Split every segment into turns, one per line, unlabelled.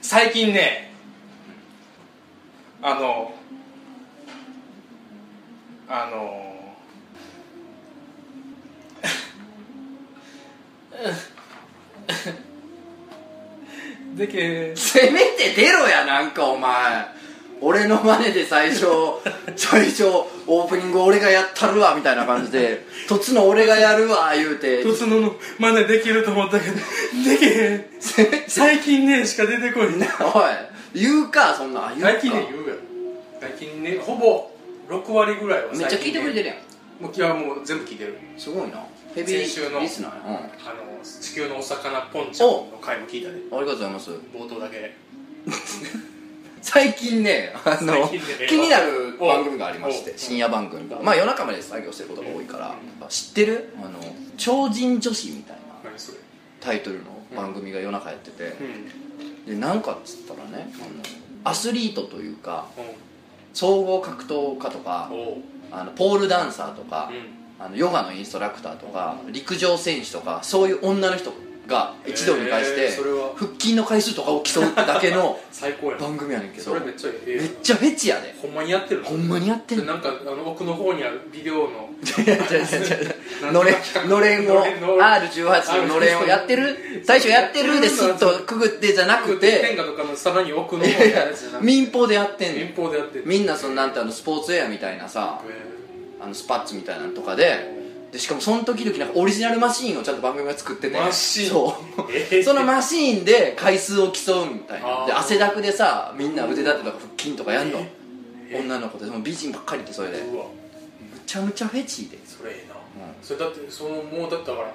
最近ねあのあのでけ
せめて出ろやなんかお前俺の真似で最初最初オープニング俺がやったるわみたいな感じでとつの俺がやるわ言うて
とつののまだできると思ったけどでけへん
せめて
最近ねしか出てこいな
おい言うかそんなん言う
最
か
近ね言うやん最近ねほぼ6割ぐらいは
めっちゃ聞いてくれて
る
るやん
もういやもう全部聞いてる
すごいなヘビー
先週の
リスナーやうん
あの地球のお魚ポンちゃんの回も聞いたね
ありがとうございます
冒頭だけ
最近ねあの
最近ね
気になる番組がありまし
お
て
う
深夜番組
うん
まあ夜中まで作業してることが多いから知ってるあの超人女子みたいな
何それ
タイトルの番組が夜中やってて
うん
でなんかっつったらねあのアスリートというか総合格闘家とか
おう
あのポールダンサーとか
うん
あのヨガのインストラクターとか陸上選手とかそういう女の人が一堂に会し
へ
て
ーそれは
腹筋の回数とかを競うだ けの
最高やん
番組やねんけど
それめ
め
っ
っ
ちゃええやん
ちゃフェ チやで
ほんまにやってるの
ほんまにやってんの
なんかあの奥の方にあるビデオの
のれんのれんを
のれんのれん
R18 ののれんをやってる最初やってるですっとくぐってじゃなく
天
て
下とかのさらに奥の
い
方にある
や
やつじゃなくて
民放でやってんの
民放でやってる
みんなそのなんてあのスポーツウェアみたいなさあのスパッツみたいなのとかででしかもその時々なんかオリジナルマシーンをちゃんと番組が作ってて
マシーン
そう
えー
そのマシーンで回数を競うみたい
あ
な
ー
で汗だくでさみんな腕立てとか腹筋とかやんの、
え
女の子ででも美人ばっかりってそれでむ
うわ
ちゃむちゃフェチで
それええな、
う
それだってそのもうだったから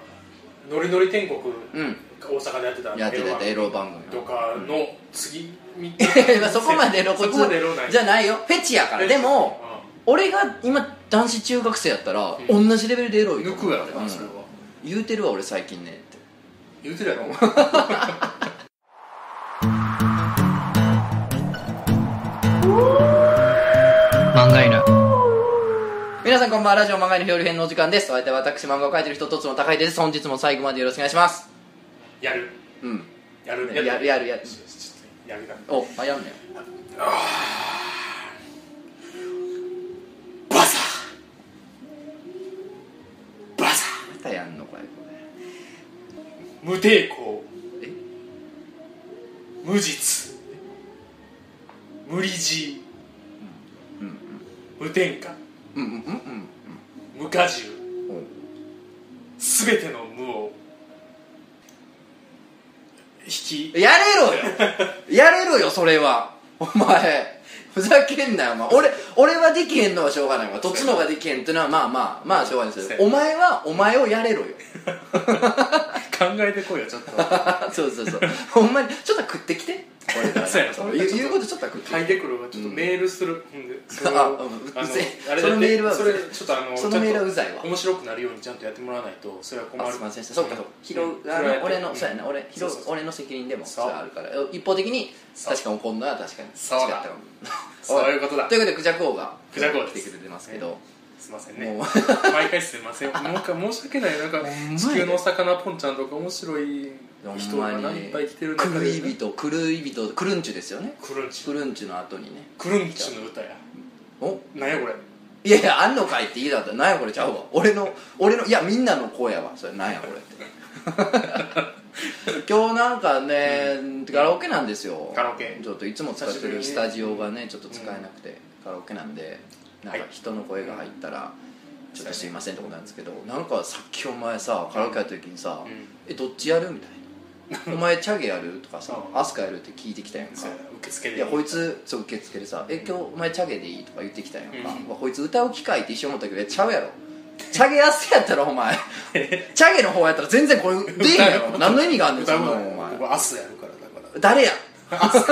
ノリノリ天国、
うん
大阪でやってた
やってたやってエ
エロ
ロ番
と
組
かの次みた
いやそこ まで露
そこまで
骨
エロない
じゃないよフェチやからでも俺が今男子中学生やったら
う
同じレベルでエロ
うん
いと
抜
思
く
う
やろな、
うん
それは
言うてるわ俺最近ねって
言うてるやろ
漫画犬皆さんこんばんはラジオ漫画犬漂流編のお時間ですお相手は私漫画を描いてる人とつの高いです本日も最後までよろしくお願いします
やる
うん
やる
やるやるやる
ちょっとやるな
おあやんねよ
バサーバサ
またやんのかよこ
ー無抵抗
れえ
無実無理強い無添加
うんうんうん
無果汁
うんお
すべての無を引き
やれろよやれろよそれはお前ふざけんなよお前俺俺はできへんのはしょうがないわどっちの方ができへんっていうのはまあまあまあしょうがないですけどお前はお前をやれろよ
考えてこいよちょっと
そうそうそうほんまにちょっと食ってきて俺から
そうやな
その言う言うことちょっと食ってきて
書いてくるわちょっとメールする、うんでそれを
あう
の
うぜ
あれ
そのメールは
それちょっとあの
そのメールはうざいわ
ちゃんと面白くなるようにちゃんとやってもらわないとそれは困
あ
る
すいませんそうかそうか拾う、
ん
あ
それはやって
の俺の、
ん
そうやね俺拾う
そうそうそう
俺の責任でもそ
そう
れはあるから一方的に
そう
確かに怒んのは確かに
そうだ
違ったかも
そういうことだ
ということでクジャク王が
クジャク王で
来
す
てくれてますけど、
すいません
も
ね
う
毎回すいませんもう一回申し訳ないなんか
ほんまや
地球のお魚ポンちゃんとか面白い人が
ほんまに
いっぱい来てる中
狂
で
い人狂い人クルンチュですよね
クルンチ
クルンチュの後にね
クルンチの歌や
お
なんやこれ
いやいやあんのかいって言いたかったなんやこれちゃうわ俺の俺のいやみんなの声やわそれなんやこれ って今日なんかね、カラオケなんですよ
カラオケ
ちょっといつも使っ
久しぶ
てる
りにね
スタジオがねちょっと使えなくて、カラオケなんでなんか
はい
人の声が入ったら、ちょっとすいませんってことなんですけどなんかさっきお前さカラオケやった時にさ「
うん
えどっちやる?」みたいな「お前チャゲやる?」とかさ「
うん
アスカやる?」って聞いてきたやんか
そうや受付で
いやこいつそう受付でさ「え今日お前チャゲでいい?」とか言ってきたやんか、うわこいつ歌う機会って一瞬思ったけど「えちゃうやろチャゲやすやったろお前チャゲの方やったら全然これ出えへんやろ何の意味があんねんそ
歌うんの
なもんお
よ
前
僕明日やるからだから
誰やアス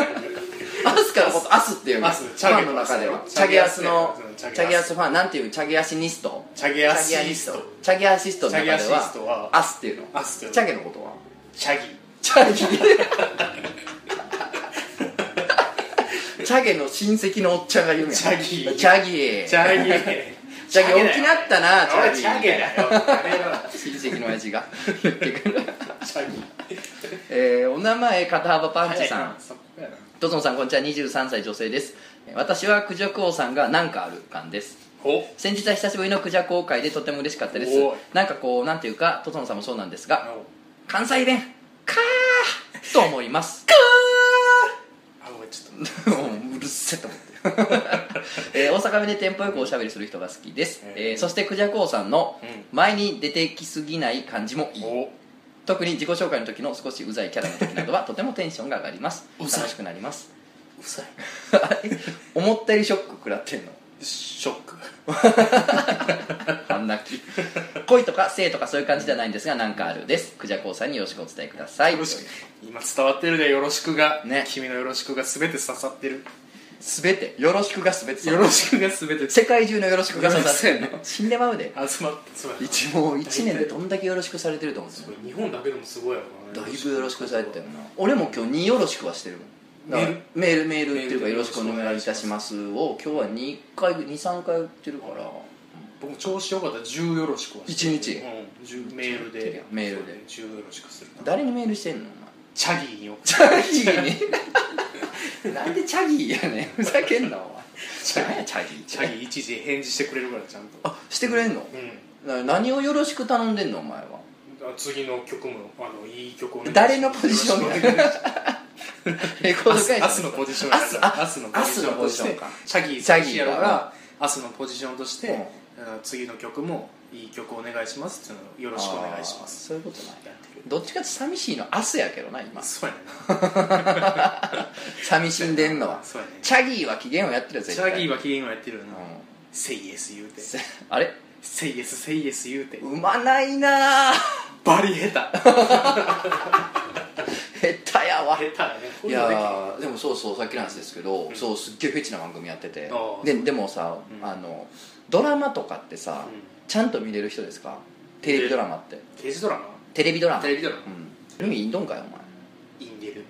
カのことアスっていうの
アスチャゲ
ファンの中では
チ
チ
ャ
ャ
ゲ
ゲ
ア
ア
ス
ス
ね
のチ
うんチャゲアス
ャゲアスファンなんていうチャゲアシニスト
チャゲアシスト
チャゲアシストの中で
チャゲアシストは
はアスっていうの
アスっていうの
チャゲのことは
チャギ
チャゲチャゲの親戚のおっちゃんが言うんや
チャギ
チャギ
チャギ
チャギ大きなったな
チャ
チャギ
チャゲだよやめろ
親戚の親父が言ってくる
チャギ
えーお名前肩幅パンチさん
そこやな
ドトンさんこんにちは23歳女性ですえー私はクジャク王さんが何かある感です
お
先日は久しぶりのクジャク王会でとても嬉しかったです
おー
なんかこうなんていうかトトンさんもそうなんです
あ
が
の
関西弁かーと思います
あごめんちょっ
うんうるせえと思って、えー大阪弁でテンポよくおしゃべりする人が好きです、
うん
えーそしてクジャコウさんの
う
前に出てきすぎない感じもいい、
とお
特に自己紹介の時の少しうざいキャラの時などはとてもテンションが上がります
う
楽
ざい
しくなります
うさ
思ったよりショック食らってんの
いショック
半泣 き恋とか性とかそういう感じじゃないんですがなんかあるですクジャコウさんによろしくお伝えください
よろしく今伝わってるでよろしくが、
ね
君のよろしくが全て刺さってる
すべてよろしくがすべて
よろしくが全て
世界中のよろしくが刺さってる
そうやね
死んでまうで
集まってそうやな
一もう1年でどんだけよろしくされてると思うんですよ
これ日本だけでもすごいやろ
だ
ない
ぶよろしくされてるな俺も今日2よろしくはしてるもんだからメールメールっていう
メール
か「
で
よろしくお願いいたします」を今日は2回23回言ってるから
僕も調子よかったら10よろしくはしてる
一日
うん10メールで
メールで
10よろしくするな
誰にメールしてんの
チャギーによ
お前チャギーになんでチャギーやねんふざけんなお前何や チャギー
チャギー一時返事してくれるからちゃんと
あしてくれんの
うん
な何をよろしく頼んでんのお前 は
あ次の曲もあのいい曲を
誰のポジション
よろ
が
しくお願いします
レコード会社
アスのポジションやから
ア
ア
ス
ス
の
の
ポジション
ポジション
アスのポジションか
チャギー
チャ
選
ギ
手
ー
や
が
からアスのポジションとして、
うん
あの次の曲もいい曲お願いしますっていうのをよろしくお願いします
あーそういうことない
やってる
どっちかって寂しいの明日やけどな今
そうやねんな
寂しんでんのは
そうやねん
チャギーは機嫌をやってるよ
チ
絶対
ャギーは機嫌をやってるよな
うん
「セイエス」言うて
せあれ
「セイエスセイエス」言うて
うまないなぁ
バリ下手
下手やわ
下手だね
いやーでもそうそうさっきの話ですけど、
うん
そうすっげえフェチな番組やってて
あー
ででもさ、
うん
あのドラマとかってさ、
うん
ちゃんと見れる人ですかテレビドラマって
刑事ドラマ
テレビドラマ
テレビドラマ
うん海いんどんかよお前
インディル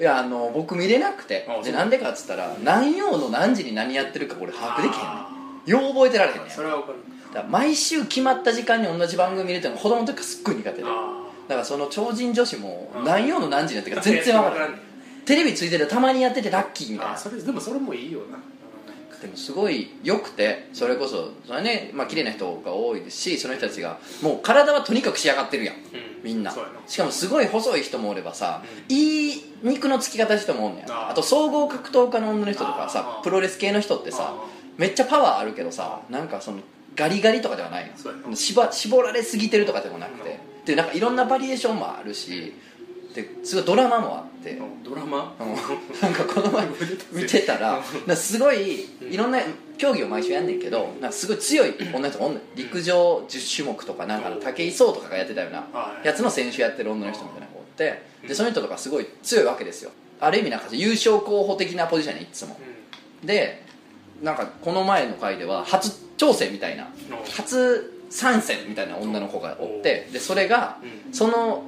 いやあの僕見れなくて
あそう
でなんでかっつったら何曜の何時に何やってるかこれ把握でき
あ
へんねんよう覚えてられへんねん
ーそれはわかる
だから毎週決まった時間に同じ番組見れても子供の時からすっごい苦手でだか
あ
らその超人女子も
うん
何曜の何時にやってるか全然わからん
ん
テレビついててたまにやっててラッキーみたい
あ
な
ーそれでもそれもいいよな
でもすごい良くてそれこそそれはねまあ綺麗な人が多いですしその人たちがもう体はとにかく仕上がってるやん
うん
みんな
そうやな
しかもすごい細い人もおればさ、
う
いい肉のつき方の人もおんねん
あ
あ
ー
と総合格闘家の女の人とかさ
あー
プロレス系の人ってさ
あ
めっちゃパワーあるけどさなんかそのガリガリとかではない
そうやな
絞絞られすぎてるとかでもなくてでなんかいろんなバリエーションもあるしですごいドラマもあって、
ドラマ
うんなんかこの前見てたらなんかすごいいろんな競技を毎週やんねんけどなんかすごい強い女の人がおんねん陸上10種目とかなんかの武井壮とかがやってたような
はい
やつの選手やってる女の人みたいな子がおってでその人とかすごい強いわけですよある意味なんか優勝候補的なポジションにいっつもでなんかこの前の回では初挑戦みたいな初参戦みたいな女の子がおってでそれが
うん
その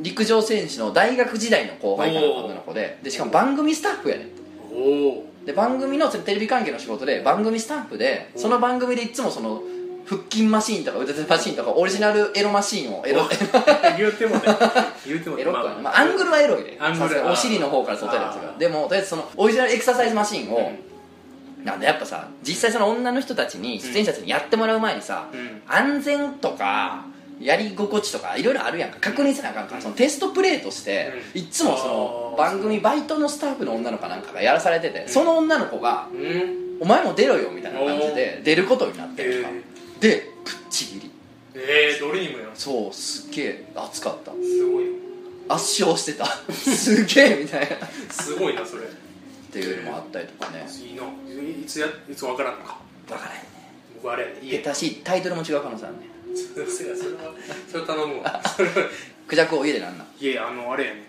陸上選手の大学時代の後輩からの女の子ででしかも番組スタッフやねん
おお
で番組のそれテレビ関係の仕事で番組スタッフで
お
その番組でいつもその腹筋マシーンとか腕立てマシーンとかオリジナルエロマシーンをエロ
言うてもね言うてもね
エロく
ま
はな
あ
いまあアングルはエロいで
アングル
さすがにお尻の方から外れたやつ
あ
が
ー
でもとりあえずそのオリジナルエクササイズマシーンを
う
なんでやっぱさ実際その女の人たちに出演者たちにやってもらう前にさ
うん
安全とかやり心地とかいろいろあるやんか確認せなあかんからそのテストプレーとして
うん
いっつもその
あー
番組バイトのスタッフの女の子なんかがやらされててその女の子が
んうん
「お前も出ろよ」みたいな感じで出ることになってるか
へ
でぶっちぎり
ええドリームやん
そうすっげえ熱かった
すごい
圧勝し てたすげえみたいなっ
なすごいなそれ
ていうのもあったりとかね
いいないいつやいつわからんのか
分からへんね
僕あれやね家
下手しいタイトルも違う可能性あるね
それはそれ頼むわ それは
クジャクを家でなんなん
いやあのあれやね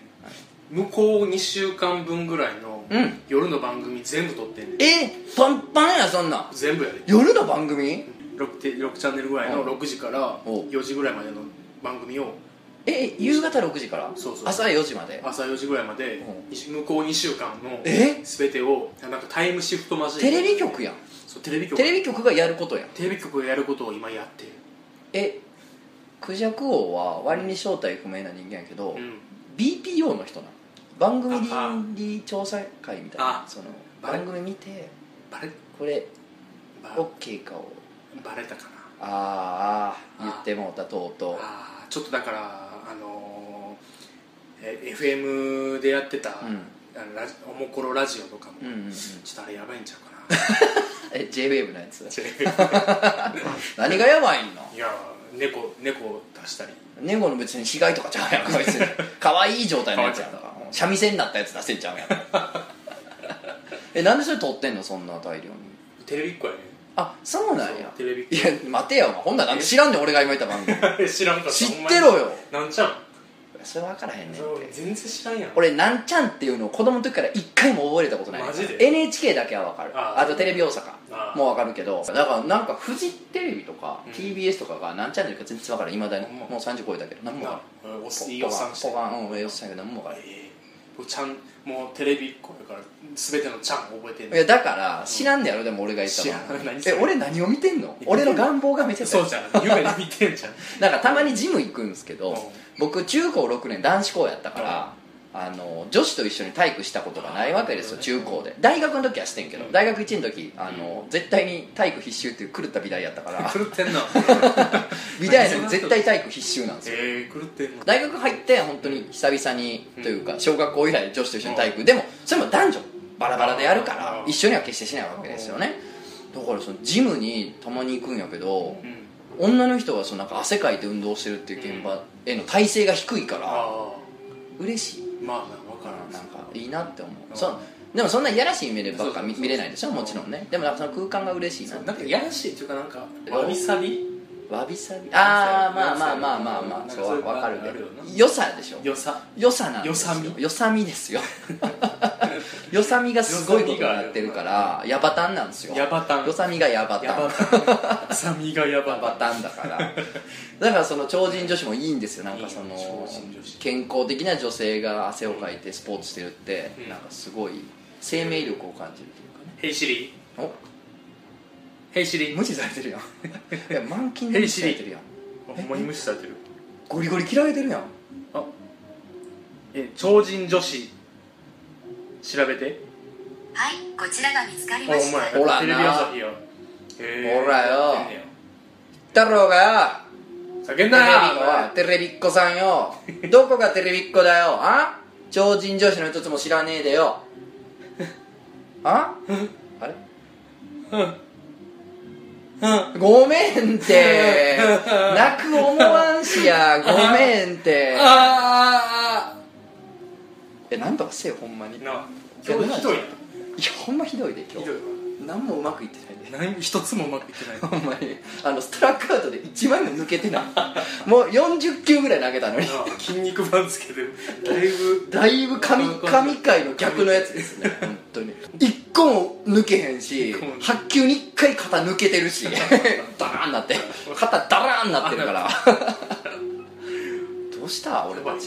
向こう2週間分ぐらいの
うん
夜の番組全部撮ってんねん
えー、パンパンやそんなん
全部やで
夜の番組
6, て6チャンネルぐらいうの
ん
6時から
お
4時ぐらいまでの番組を
え夕方6時から
そうそう
朝4時まで
朝4時ぐらいまで
う
に向こう2週間の
え
全てをなんかタイムシフトマシン
テレビ局やん
そうテレビ局
テレビ局がやることやん
テレビ局がやることを今やってる
えクジャク王は割に正体不明な人間やけど、
うん
BPO の人なの番組
ああ
倫理調査会みたいな
あ
その
バレ
番組見て
バレ
これ
バ
OK かを
バレたかな
あーあー言ってもうたとうとう
あーちょっとだからあのーえ FM でやってた、
うん
あのラジおもころラジオとかも、
うんうんうん
ちょっとあれやばいんちゃうかな
え JWAVE のやつ
ちょ
何がやばいんの
いや猫猫出したり
猫の別に被害とかちゃうやんこ いつ可愛い状態のやつやんか三味線になったやつ出せんちゃうやん えなんでそれ撮ってんのそんな大量に
テレビっ子やね
あそうなんや
そうテレビっ
いや待てよお前ほんならなんで知らんねん俺が今言った番組
子 知らんかった
知っ
ほんまに
てろよ
なんちゃん
それ分からへんねん
そ
っ
れ
て
全然知らんやん
俺なんちゃんっていうのを子供の時から一回も覚えれたことない
マジで
NHK だけは分かる
あ
あ
あ
とテレビ大阪
ああ
もう分かるけどだからなんかフジテレビとか
うん
TBS とかがなんちゃんねんか全然分からんいまだに
ほんま
もう30超えたけど何も分
な
か
あ
らん
俺おっ
ポ
いいおっさんして
ポカンうん、ええおっさんやけど何も分からん
ええちゃんもうテレビっ子やから全てのちゃん覚えてん
い
ねん
やだから知らんねやろでも俺が言った
知らん
の
何そ
え
れ
俺何を見てんの俺の願望がめちゃくちゃ
そうじゃん夢で見てんじゃん
なんかたまにジム行くんですけど、
うん
僕中高6年男子校やったから、あの女子と一緒に体育したことがないわけですよ
あー
中高で大学の時はしてんけど
うん
大学1の時あの、絶対に体育必修っていう狂った美大やった か ら
狂ってんな
美大やのに絶対体育必修なんですよ
ええ狂ってんの
大学入って本当に久々に
うん
というか小学校以来女子と一緒に体育でもそれも男女バラバラでやるから
うん
一緒には決してしないわけですよねだからそのジムにたまに行くんやけど
うん
女の人がそのなんか汗かいて運動してるっていう現場への体勢が低いから
あ
嬉しい
あまあな分からん
なんかいいなって思
う
うんそうでもそんないやらしい目でばっか
そうそうそう
見
そう
見れないでしょもちろんねでもなんかその空間が嬉しいな
そう
って
なんかやらしいっていうかなんかわびさび
わびさびああまあまあまあま
な
あま
んか
あそ
そうういう
わかるけ
ある
ど
よな
良さでしょ
よさ
良さなんです
良さ
よ
み
良さみですよ 良さみがすごいことになってるからヤバタンなんですよ
ヤバタン
良さみがヤバ
や
タン
ばた さみがやば
ヤバ
た
タンだからだからその超人女子もいいんですよなんかその
いいよ超人女子
健康的な女性が汗をかいてスポーツしてるって、
うん
なんかすごい生命力を感じるというかね
ヘイシリ
お
ヘイシリ
無視されてるやん いや満勤で
ヘ
無
イ
視
シ
さ
リ
れてるやん
ほんまに無視されてる
ゴリゴリ嫌われてるやん
あえ超人女子調べて
はい、こちらが見つかり
あ
まし
お
た。
前
ほらな
テレビ朝日よへー
ほらよ
やってんね
太郎がよ
や叫ん
テレビ
だ
子はテレビっ子さんよどこがテレビっ子だよあ超人女子の一つも知らねえでよああれ
な
ごめんって泣く思わんしやごめんっ て
あ
えなんとかせえほんまにいや
なあ今日ひどい
ほんまひどいで
な
今
ひ
日
どい
何もうまくいってないで
わ何一つもうまくいってない
ほんまにあのストラックアウトで1枚も抜けてないもう40球ぐらい投げたのに
なあ筋肉番付でだいぶ
だいぶ神神回の逆のやつですね本当に1個も抜けへんし
一個も抜け
8球に1回肩抜けてるしダラーンなって肩ダラーンなってるからどうした俺
やばい
た
な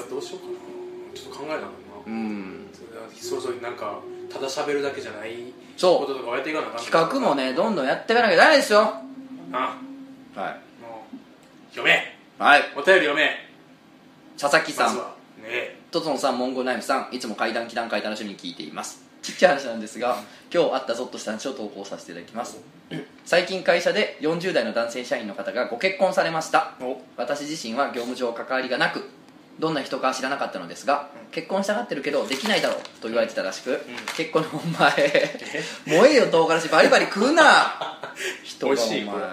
ち
だどうしようかなちょっと考えなあかんな
うん
それはそろそろなんかただ喋るだけじゃない
そう
こととかをやっていかなあかん
企画もねどんどんやっていかなきゃダメですよは
あ
い
もう読め
はい
お便り読め
佐々木さ
ま
ん
ずはねえ
とつのさんモンゴルナイフさんいつも怪談祈談会楽しみに聞いていますちっちゃい話なんですが今日あったゾッとした話を投稿させていただきます最近会社で40代の男性社員の方がご結婚されました
お
私自身は業務上関わりがなくどんな人かは知らなかったのですが結婚したがってるけどできないだろうと言われてたらしく、結婚のお前燃えよ唐辛子バリバリ食うな人が
美
お
味し
前
いこれ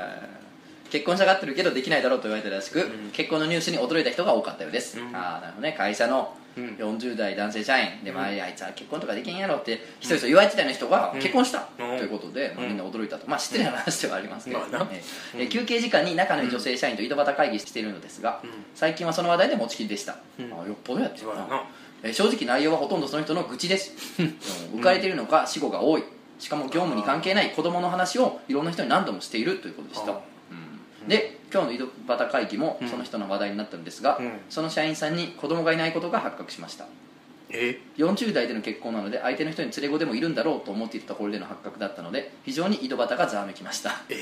結婚したがってるけどできないだろうと言われてたらしく、
ん
結婚のニュースに驚いた人が多かったようです、
うん
ああなるほどね会社の
うん
40代男性社員、で
うん
まああいつは結婚とかできんやろってひそひそ言われてたような人が
うん
結婚した、
うん
ということで、まあ
うん
みんな驚いたとまあ失礼な話ではありますけれども、ね
まあな
えー休憩時間に仲のいい女性社員と井戸端会議しているのですが、最近はその話題で持ちきりでした、
うん
あよっぽどやって
そ
る
う
な
だな
えー正直内容はほとんどその人の愚痴ですでも浮かれているのか死後が多いしかも業務に関係ない子供の話をいろんな人に何度もしているということでした、
あー
うんで今日の井戸端会議も
うん
その人の話題になったのですが、
うん
その社員さんに子供がいないことが発覚しました
え
40代での結婚なので相手の人に連れ子でもいるんだろうと思っていたところでの発覚だったので非常に井戸端がざわめきました
え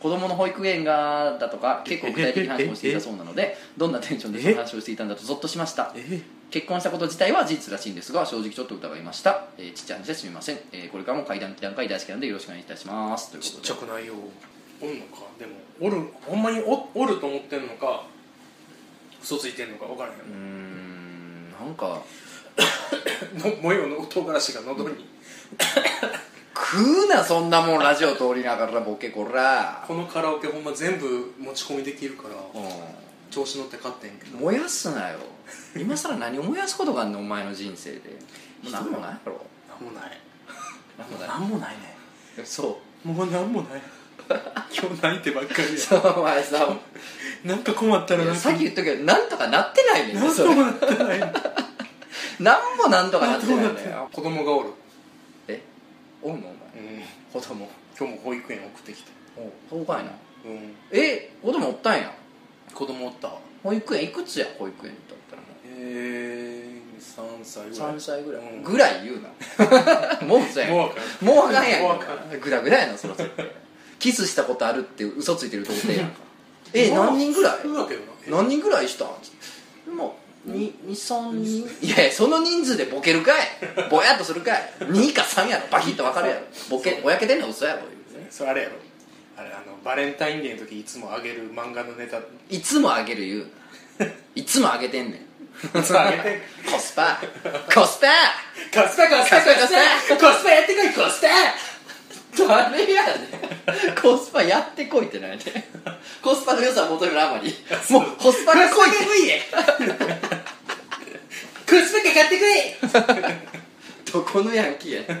子供の保育園がだとか結構具体的な話もしていたそうなのでどんなテンションでその話をしていたんだとゾッとしました
え
結婚したこと自体は事実らしいんですが正直ちょっと疑いました、えーちっちゃい話ですみません、えーこれからも階段段階大好きなんでよろしくお願いいたしますというこ
ち
と
っ
で
ちゃくないよおんのかでもおるほんまにおおると思ってんのか嘘ついてんのか分からへんよ
うーんなんか
の模様の唐辛子が喉に
食うなそんなもんラジオ通りながらボケこら
このカラオケほんま全部持ち込みできるから
う
調子乗って勝ってんけど
ん燃やすなよ今さら何を燃やすことがあんのお前の人生でもう何もないやろ
なんもない
何も
なんもないね
いそ
もうなんも ない今日泣いてばっかり
うそう お前さ
やなんか困ったら
い
な
や
んか
さっき言ったけどなんとかなってないね
なん
んそ
と
れ
もなってない
なんもなんとか
な
なっ
ん
て
と
ない
もなんって
だ
な
よ
い子供がおる
えおんのお
う
前
ん
子供
今日も保育園送ってきて
おそうかいな
うん
え子供おったんや
子供おったわ
保育園いくつや保育園だったらも
えー、3歳ぐら
う
い
3歳ぐらい、
うん
ぐらい言うな もうそうやん
もうあかん
もうあかんやん
もうあか
グラグラやなそらそれってキスしたことあるって嘘ついてる童貞 やんかえ何人ぐらい
そうだけどなえ
何人ぐらいしたんでも23人いやいやその人数でボケるかいぼやっとするかい2か3やろバキッと分かるやろボケぼやけてんの嘘やろ
それあれやろあれあのバレンタインデーの時いつもあげる漫画のネタ
いつもあげる言う ないつもあげてんねん
いつもあげてん
コスパコスパ
カスタカスタ
コス
タコスタやってこいコスタ
誰やねんコスパやってこいってないねんコスパの良さは求めるあまりもうコスパがこいって
いでコスパか買ってこい
どこのヤンキーやねん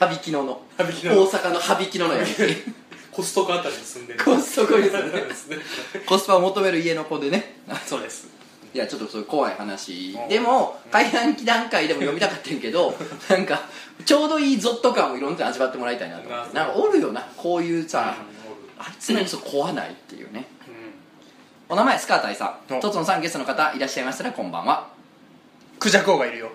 羽曳野の
羽曳野
大阪の羽曳野のヤンキー
コストコあたりに住んでる
コストコに住ん でる
ですね
コスパを求める家の子でね
そうです
いやちょっとそういう怖い話
うん
でも階段期段階でも読みたかったんやけ どなんかちょうどいいゾッと感をいろんな人に味わってもらいたいなと思って
な
なん
る
かおるよなこういうさ、
う
あいつらにそう怖ないっていうね
ん
お名前スカータイさ
お
んとつのさんゲストの方いらっしゃいましたらこんばんは
クジャコウがいるよ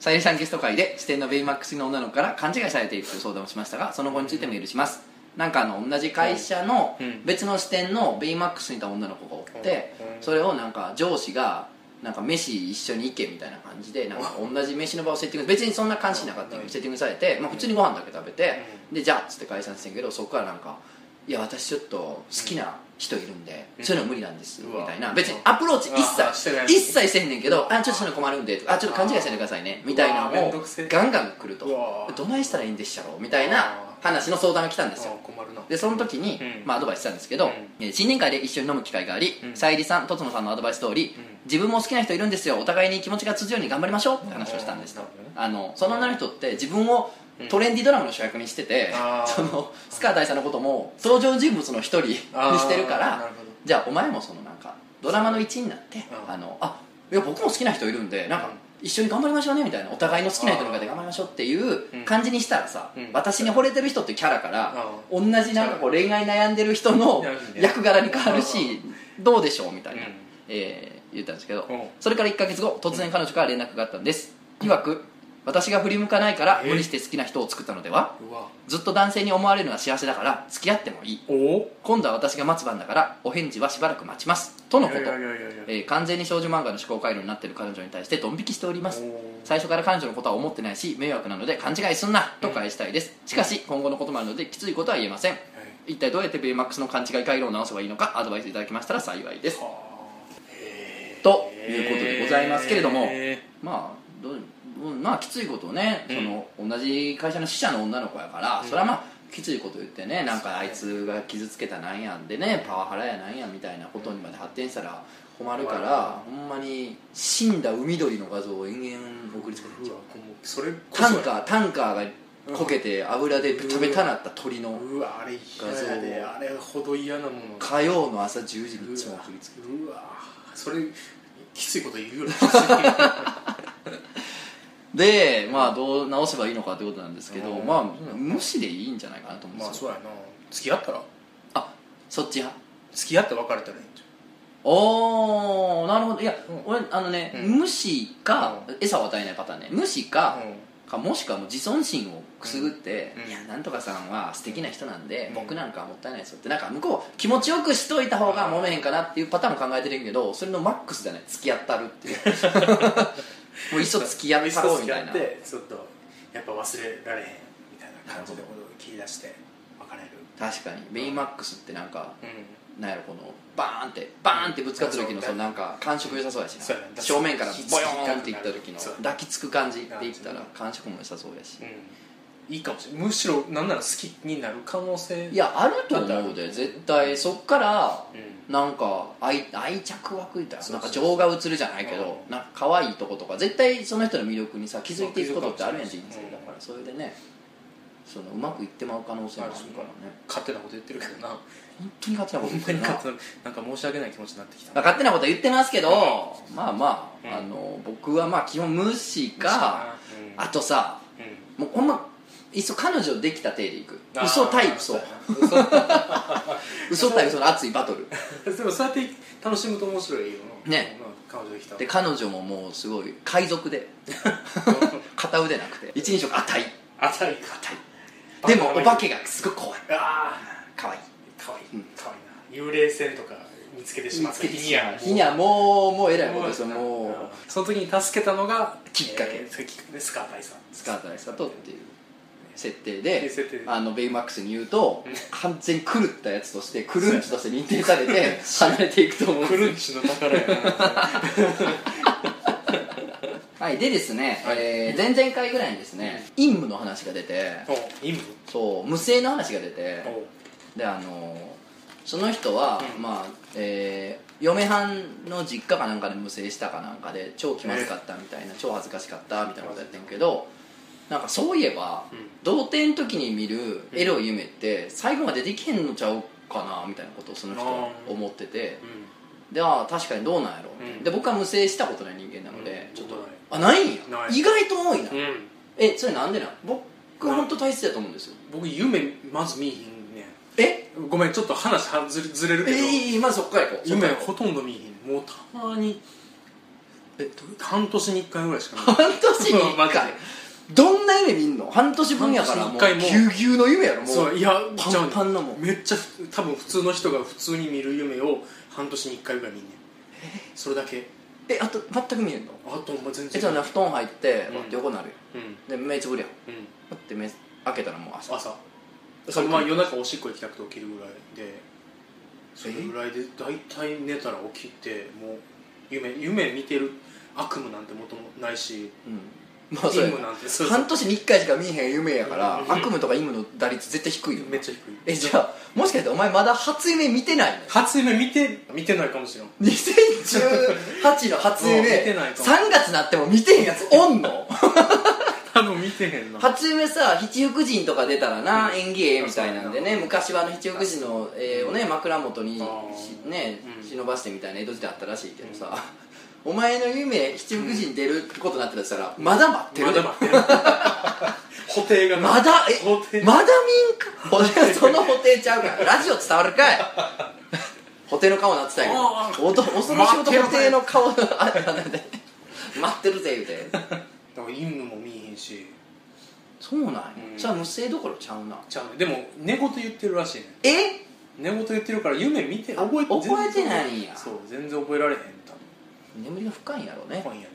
さゆりさんゲスト会で視点のベイマックスの女の子から勘違いされているという相談をしましたがその後についてメールしますなんかあの同じ会社の
うん
別の視点のベイマックスにいた女の子がおって
うん
それをなんか上司がなんか飯一緒に行けみたいな感じでなんか同じ飯の場をセッティング別にそんな関心なかったけ
うん
どセッティングされて、まあ、普通にご飯だけ食べてでじゃあっつって解散してんけどそこからなんか「いや私ちょっと好きな人いるんで、
うん
そういうの無理なんです」
うわ
みたいな別にアプローチ一
うわ
切
してない
一切せんねんけど「あちょっとそういうの困るんで」とかあちょっと勘違いせんでくださいね」みたいな
うわめ
の
んど
を
くせえ
ガンガン来ると
うわ
「どないしたらいいんでっしゃろ」みたいな話の相談が来たんですよ
困るな
でその時に、
うん
まあ、アドバイスしたんですけど、
うん
えー新年会で一緒に飲む機会があり
うん
さゆりさんとつのさんのアドバイス通り、
うん
自分も好きな人いるんですよお互いに気持ちが通じるように頑張りましょうって話をしたんですと、
うんなるほどね
あのその女の人って自分をトレンディドラマの主役にしてて、
あー
そのスカー大佐のことも登場人物の一人に
あー
してる
な
から
るほど
じゃあお前もそのなんかドラマの一員になって、
うん
あのあいや僕も好きな人いるんでなんか一緒に頑張りましょうねみたいなお互いの好きな人の中で頑張りましょうっていう感じにしたらさ、
うん
私に惚れてる人っていうキャラから、同じなんかこう恋愛悩んでる人の
なるほどね
役柄に変わるしどうでしょうみたいな、
うん
えー言ったんですけど
うん
それから1ヶ月後突然彼女から連絡があったんですいわく私が振り向かないから
えー
無理して好きな人を作ったのでは
うわ
ずっと男性に思われるのは幸せだから付き合ってもいい
おお
今度は私が待つ番だからお返事はしばらく待ちますとのこと
いやいやいやいや
えー完全に少女漫画の思考回路になっている彼女に対してドン引きしております
おー
最初から彼女のことは思ってないし迷惑なので勘違いすんなと返したいですしかし今後のこともあるのできついことは言えません一体どうやってベイマックスの勘違い回路を直せばいいのかアドバイスいただきましたら幸いですということでございますけれども
え
まあどううんまあきついことをね、
うん
その同じ会社の支社の女の子やから、それはまあきついこと言ってねなんかあいつが傷つけたなんやんでねパワハラやなんやみたいなことにまで発展したら困るから、ほんまに死んだ海鳥の画像を延々送りつけて
ー
っち
う
ゃう
わもうそれこそ
タンカータンカーがこけて油でベタベタなった鳥の
うわあれ嫌やで
画像
あれほど嫌なもの
火曜の朝10時にいつ
う
も
わ
送りつけて
うわそれきついこと言うよ
でまあどう直せばいいのかってことなんですけど、
うん
まあ無視でいいんじゃないかなと思うん
まあ
です
そ
よ、
うやな付き合ったら
あそっち派
付き合って別れたらいいんじ
おーなるほどいや、
うん
俺あのね、
うん
無視か、餌を与えないパターンね無視か、かもしくはもう自尊心をくすぐって、
うん
いやなんとかさんは素敵な人なんで、
うん
僕なんかはもったいないですよってなんか向こう気持ちよくしといた方が揉めへんかなっていうパターンも考えてるけどそれのマックスじゃない付き合ったる っていうもういっそ付き合ったろうみたいな
付き合ってちょっとやっぱ忘れられへんみたいな感じでことを切り出して別れる
確かにベイマックスってなんか
うん
なんやろこのバーンってバーンってぶつかった時のそのなんか感触良さそうやし
そう
な
やね
正面からボヨーンっていった時の
そう
抱きつく感じっていったら感触も良さそうやし
いいかもしれないむしろなんなら好きになる可能性
いやあると思うで絶対そっから
うん
なんか愛愛着湧くみたいな
そう
なん
そう
か
そ
情が移るじゃないけど
うん
なんか可愛いとことか絶対その人の魅力にさ気づいていくことってあるやん
そう
人
気づく
生
かもしれん
だからそれでねそのうまくいってまう可能性もあるからね
勝手なこと言ってるけどな
本当に勝手なこと
ほん
言っ
ま
て
に
るな
勝手ななんか申し訳ない気持ちになってきた
まあ勝手なこと言ってますけど、まあまあ、
うん
あの僕はまあ基本無視か、
うん
あとさ
うん
もうほんまいっそ彼女できた体でいく
あー
嘘対嘘
そうやな
嘘対嘘の熱いバトル
嘘でもそうやって楽しむと面白いよな
ね
まあ彼女できたら
で彼女ももうすごい海 賊で片腕なくて一人称がたい
あたりか
でもお化けがすごい怖い
ああ
可愛い
かわいい
うん
かわいいな幽霊船とか見つけてしまった日には
ひにゃもうもうえらいこと
もう
ですよもう
その時に助けたのが
きっかけ
えーきっかけでスカー大さん
スカートの佐とっていう設定
ってい
で
う設定で
あのベイマックスに言うと完全に狂ったやつとしてクルンチとして認定されて離れていくと思うん
ク
です
ルンチの宝やな
はいでですね、
はい
えー前々回ぐらいにですね陰夢の話が出て
おイム
そう無声の話が出て
お
であのーその人は、
うん
まあえー嫁はんの実家かなんかで無声したかなんかで超気まずかったみたいな、超恥ずかしかったみたいなことやってんけどなんかそういえば、
うん
童貞の時に見るエロい夢って最後までできへんのちゃうかなみたいなことをその人は思っててでああ確かにどうなんやろ、
うん
で僕は無声したことない人間な
うん
ので、
ちょっと
あないんや
ない
意外と多いな、
うん
えそれなんでなん僕は本当大切だと思うんですよ
僕夢まず見えへんね
え
んごめんちょっと話はずれずれるけど
えー、まずそっからいこう
夢
そっからいこ
ほとんど見えへんもうたまに
うえどういう
半年に1回ぐらいし か見えへん
半年に
マ
1
ジで
回どんな夢見んの半年分やからもう
半年に一
ぎ
回
ゅ
も
うぎゅうの夢やろも
そう
う
いや
パ
ちゃう
ン
ねん
パンのもん
めっちゃふ多分普通の人が普通に見る夢を半年に1回ぐらい見んねんそれだけ
えあと全く見えんの
あとほんま全
え
然
じゃあな布団入って
うん
こうやって横になるよ
うん
で目つぶるやん
うん
だって目開けたらもう朝
朝そのまま夜中おしっこ行きたくて起きるぐらいでそれぐらいで大体寝たら起きてもう夢夢見てる悪夢なんてもともないし
うんまあ
悪
そうや
夢
な
なんてそうそう
半年に1回しか見えへん夢やから
うん
悪夢とか夢の打率絶対低いよな
めっちゃ低い
えじゃあもしかしてお前まだ初夢見てないの
初夢 見て見てないかもしれん
2018の初夢
もう見てないかも
3月になっても見てんやつおんの
多分見てへんな
初夢さ七福神とか出たらな、
うん
演技ええみたいなんでね
うん
昔はあの七福神の絵をね枕元にし
あー
ね
うん
忍ばしてみたいな江戸時代あったらしいけどさ、お前の夢七福神出ることになってたらしたら、まだ待ってる
ま
で
だ
ま
待ってる固定が
だ
な固
え
定
まだ 民家その補定ちゃうからラジオ伝わるかい補定の顔なってたんや
あ
けどおと恐ろしいほど
待ってるぜ
補定の顔あったんで待ってるぜ言うて
だから夢も見えへんし
そうなんや、
うん
じゃあ無声どころちゃうな
ちゃうねでも寝言言ってるらしいね
え
寝言言ってるから夢見て
あ
覚え
覚えてないん
全
や
然そう全然覚えられへん多分
眠りが深いんやろうね
今夜ね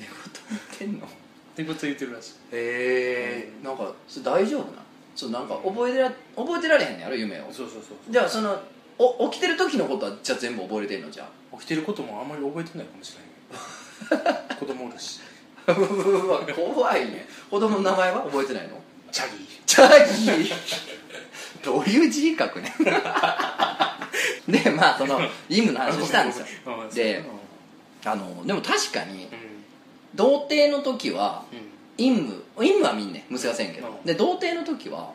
寝言言ってんの
寝言言ってるらしい
へえんかそれ大丈夫なそうなんか覚えてら覚えてられへんのやろ夢を
そうそうそう
じゃあそのお起きてる時のことはじゃあ全部覚えれてん のじゃあ
起きてることもあんまり覚えてないかもしれ ない子供おるし
うわ怖いね子供の名前は覚えてないの
チャギ
チャーギー どういう字書くねん でまあそのイムの話をしたんですよ
ごめごめん
であのでも確かに童貞の時は
うんうん
陰夢陰夢は見んねん娘がせんけど
うん
で童貞の時は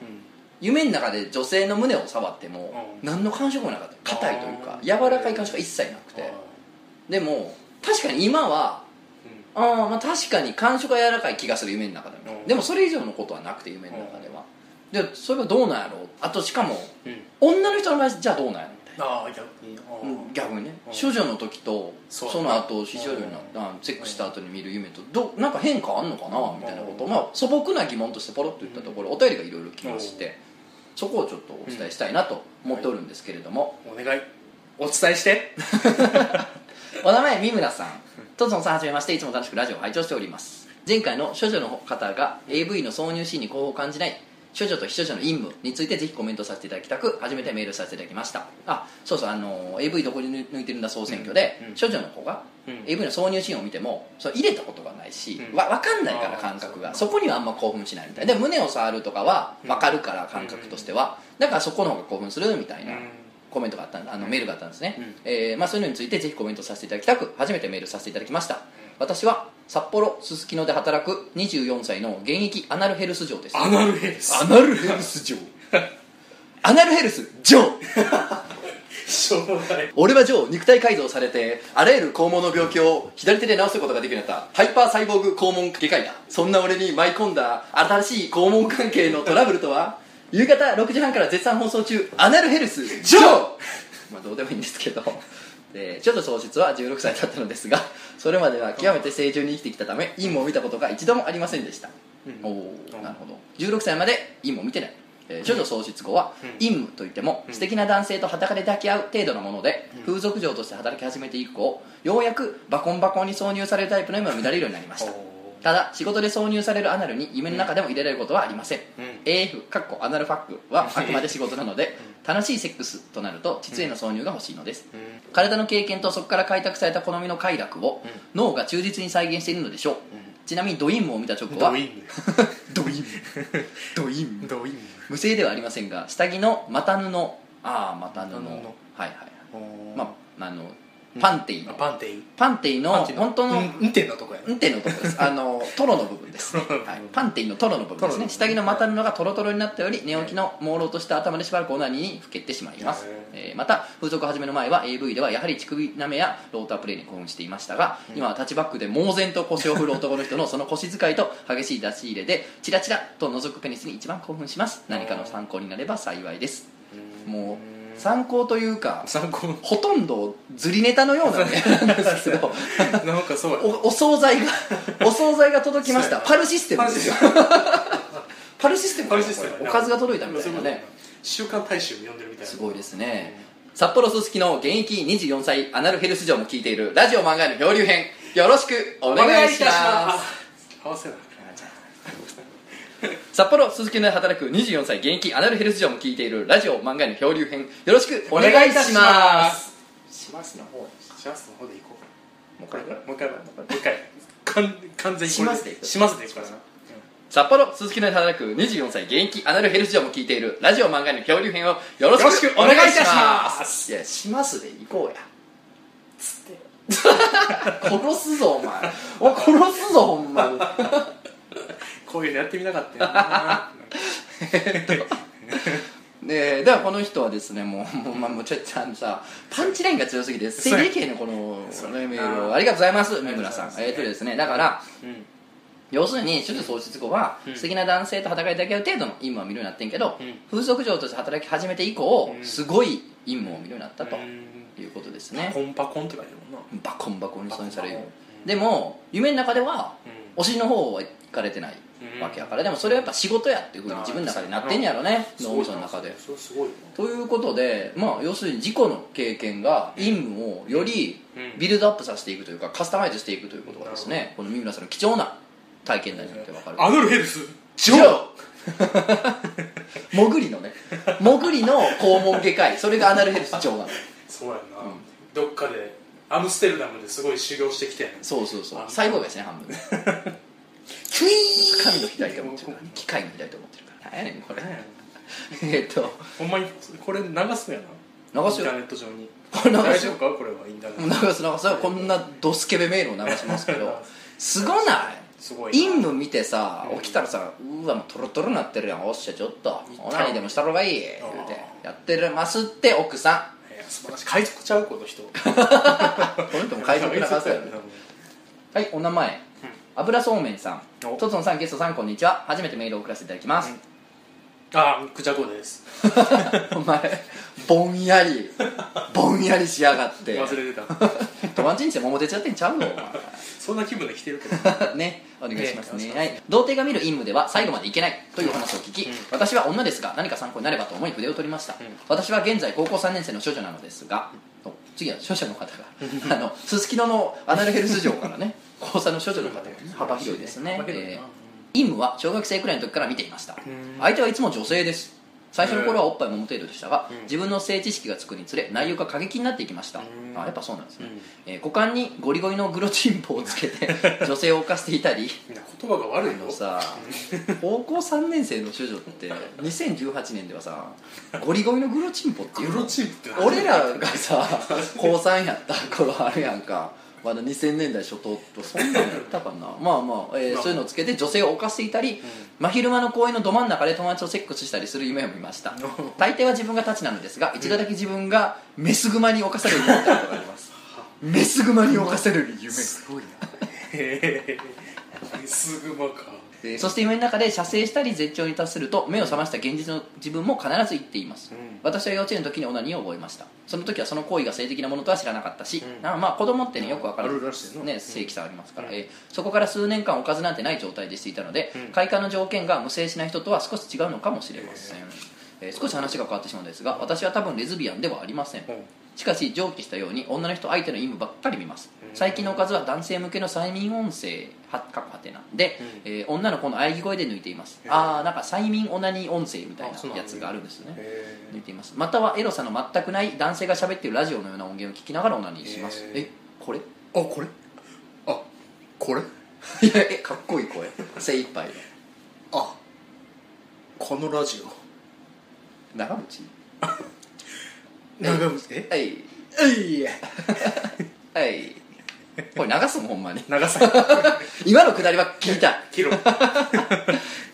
夢の中で女性の胸を触っても
うん
何の感触もなかった硬いというか
あー
柔らかい感触が一切なくてでも確かに今はあーまあ確かに感触が柔らかい気がする夢の中でも
うん
でもそれ以上のことはなくて夢の中ではでそれはどうなんやろうあとしかも
うんうん
女の人の場合じゃあどうなんやろみたい
ああ逆にああ、
うん逆にね
うん
処女の時と
そう
その後死処女になったチェックした後に見る夢とどうなんか変化あんのかな
うん
みたいなことまあ素朴な疑問としてポロッと言ったところお便りがいろいろ来ましてそこをちょっとお伝えしたいなと思っておるんですけれども
お願いお伝えして
お名前三村さんとつのさんはじめましていつも楽しくラジオを拝聴しております前回の処女の方が AV の挿入シーンに興奮を感じない処女と非処女の陰夢についてぜひコメントさせていただきたく初めてメールさせていただきましたあそうそうあの AV どこに抜いてるんだ総選挙で、
うんうん
処女の子が
うん
AV の挿入シーンを見てもそれ入れたことがないし、
うん
わ分かんないから
あー
感覚が
そ
そこにはあんま興奮しないみたいで胸を触るとかは分かるから感覚としてはだからそこの方が興奮するみたいな、コメントがあったんあのメールがあったんですね、
うん
えーまあ、そういうのについてぜひコメントさせていただきたく初めてメールさせていただきました私は札幌すすきので働く24歳の現役アナルヘルス嬢です
アナルヘルス
アナルヘルス嬢アナルヘルス嬢
しょうもない
俺はジョー肉体改造されてあらゆる肛門の病気を左手で治すことができるようになったハイパーサイボーグ肛門外科医だそんな俺に舞い込んだ新しい肛門関係のトラブルとは夕方6時半から絶賛放送中アナルヘルスジョーまあどうでもいいんですけどでちょっと喪失は16歳だったのですがそれまでは極めて清純に生きてきたため陰も見たことが一度もありませんでした、
うん
おおなるほど16歳まで陰も見てないえー処女喪失後は
うん
陰夢といっても
うん
素敵な男性と裸で抱き合う程度のもので
うん
風俗嬢として働き始めて以降ようやくバコンバコンに挿入されるタイプの夢を見られるようになりました
お
ただ仕事で挿入されるアナルに夢の中でも入れられることはありません、
うん
AF かっこアナルファックは あくまで仕事なので楽しいセックスとなると膣への挿入が欲しいのです、
うん
体の経験とそこから開拓された好みの快楽を
うん
脳が忠実に再現しているのでしょう、ちなみにドインムを見た直後は
ドイン
ドイン ムドインム
ドイン
無性ではありませんが下着の股布ああ股布
股布
はいはいはい
お
まああのパンティ
あ
の
パンテイ
パンティの
パンティ
本当の
運転のとこやな
運転のとこ ろですあのトロの部分です、はい
トロの部分、
パンティのトロの部分です
ト
ね
ロの部分
下着の股布がトロトロになったより寝起きの朦朧とした頭でしばらくオナニーにふけってしまいます
へ、
えーまた風俗始めの前は AV ではやはり乳首舐めやロータープレイに興奮していましたが、今はタッチバックで猛然と腰を振る男の人のその腰使いと激しい出し入れでチラチラと覗くペニスに一番興奮します何かの参考になれば幸いですもう参考というか
参考に
ほとんどずりネタのような ねなんですけど
なんかそうや
おお惣菜 がお惣菜が届きまし
そ
た
うや
パルシステムですよパルシステムか
パル
な
システムや
これ
な
おかずが届いたみたいな
そうう
ね
こと週刊大衆読んでるみたいな
すごいですね札幌すすきの現役24歳アナルヘルス嬢も聞いているラジオ漫画への漂流編よろしくお
お
願いします
す合わせな
札幌すすきので働く24歳現役アナルヘルス嬢も聞いているラジオ漫画への漂流編よろしくお願いいたしますしますの方も
しますの方でいこう
うこれぐらい
もう一回もう一回完完全にこれ
しますでいく
しますでいくからな
札幌鈴木の働く24歳現役アナルヘルス嬢も聞いているラジオ漫画の漂流編をよろしくお願いいたしますいやしますで行こうやつって殺すぞお前お前殺すぞほんまに
こういうのやってみなかったよな
でではこの人はですねもうもう,、まあ、もうちょっとあのさパンチラインが強すぎて
そうや
CDK のこの
そうや
ねメールをありがとうございます三村さん
ありがとうございます
えっ、とですねだから
うん
要するに手術喪失後は
うん
素敵な男性と働いてあげる程度の陰夢を見るようになってんけど、
うん
風俗嬢として働き始めて以降、
うん
すごい陰夢を見るようになったと
うん
いうことですね
コンパコンって書いてるもんな
バコンバコンに損される
バコンバコン
でも夢の中では
うん
お尻の方は行かれてないわけやからでもそれはやっぱ仕事やっていうふうに自分の中でなってんやろね
す
脳
ご
み
い
そ
な
の中で
それすごいな
ということで、まあ、要するに自己の経験が陰夢をよりビルドアップさせていくというかカスタマイズしていくということがですねこの三村さんの貴重な体験談によって分かる
アドルヘルス
ジョー 潜りのね潜りの肛門外科医それがアナルヘルス長なの
そうやんなどっかでアムステルダムですごい修行してきたやん
そうそうそう
あ
細胞がですね半分
キュイーン
神の左と思ってるからね機械の左と思ってるから何やねんこれえっと
ほんまにこれ流すのやな
流す
イ
よ
ンターネット上に
これ流すよ
大丈夫かこれはインターネ
流
ット
す流すこんなドスケベメールを流しますけどすごない
すごいな
陰夢見てさ起きたらさうわもうトロトロなってるやんおっしゃちょっとオナニーでもした方がいい言うてやってますって奥さん
いや素晴らしい海賊ちゃうこの人
この人も海賊なはずだよねはいお名前油そうめんさん
お
とつのさんゲストさんこんにちは初めてメールを送らせていただきます、
ああクジャコです
お前ぼんやりぼんやりしやがって
忘れてた
友達にして桃鉄やってんちゃうのお前
そんな気分で来てるけど
ね、お願いしますね
ね
はい、童貞が見る任務では最後までいけないというお話を聞き、
うん
私は女ですが何か参考になればと思い筆を取りました、
ん
私は現在高校3年生の少女なのですが、お次は少女の方が あのすすきののアナルヘルス嬢から ね高3の少女の方がね幅広いですね
幅広い
え
な
ー任務は小学生くらいの時から見ていました
ん
相手はいつも女性です最初の頃はおっぱいもむ程度でしたが、
うん
自分の性知識がつくにつれ内容が過激になっていきました、
ん
あやっぱそうなんですね、
うん
えー股間にゴリゴリのグロチンポをつけて 女性を犯していたり
みんな言葉が悪い
あ
の
のさ高校3年生の少 女って2018年ではさゴリゴリのグロチンポっていうの
グロチンポって
俺らがさ高3やった頃あるやんかまだ2000年代初頭とそんなのやったか なまあまあ、えー
まあ
そういうのをつけて女性を犯していたり、真昼間の公園のど真ん中で友達とセックスしたりする夢を見ました大抵は自分が立ちなのですが一度だけ自分がメスグマに犯される夢を見たことがありますメスグマに犯される夢
すごいなへえ すぐまか
でそして夢の中で射精したり絶頂に達すると目を覚ました現実の自分も必ず言っています、
うん
私は幼稚園の時にオナニーを覚えましたその時はその行為が性的なものとは知らなかったし、
うん
なまあ子供ってねよくわかる
あるらしいな
ね、正規さありますから、
うん
えーそこから数年間おかずなんてない状態でしていたので、
うん
快感の条件が無精しない人とは少し違うのかもしれません、えー少し話が変わってしまうんですが私は多分レズビアンではありません、しかし上記したように女の人相手の意味ばっかり見ます
うん
最近のおかずは男性向けの催眠音声はかっこはてなで、
う
えー女の子の喘ぎ声で抜いています
へー
ああなんか催眠オナニー音声みたい
あそう
な
なん
や
だ
つがあるんですね
へ
抜いていますまたはエロさの全くない男性が喋ってるラジオのような音源を聞きながらオナニーします
へー
えこれ い
あこれあこれ
やえかっこいい声精一杯の
あこのラジオ
長渕
長渕え
はい
えい
はいこれ流すもんほんまに
長さ
今のくだりは聞いたい
切ろう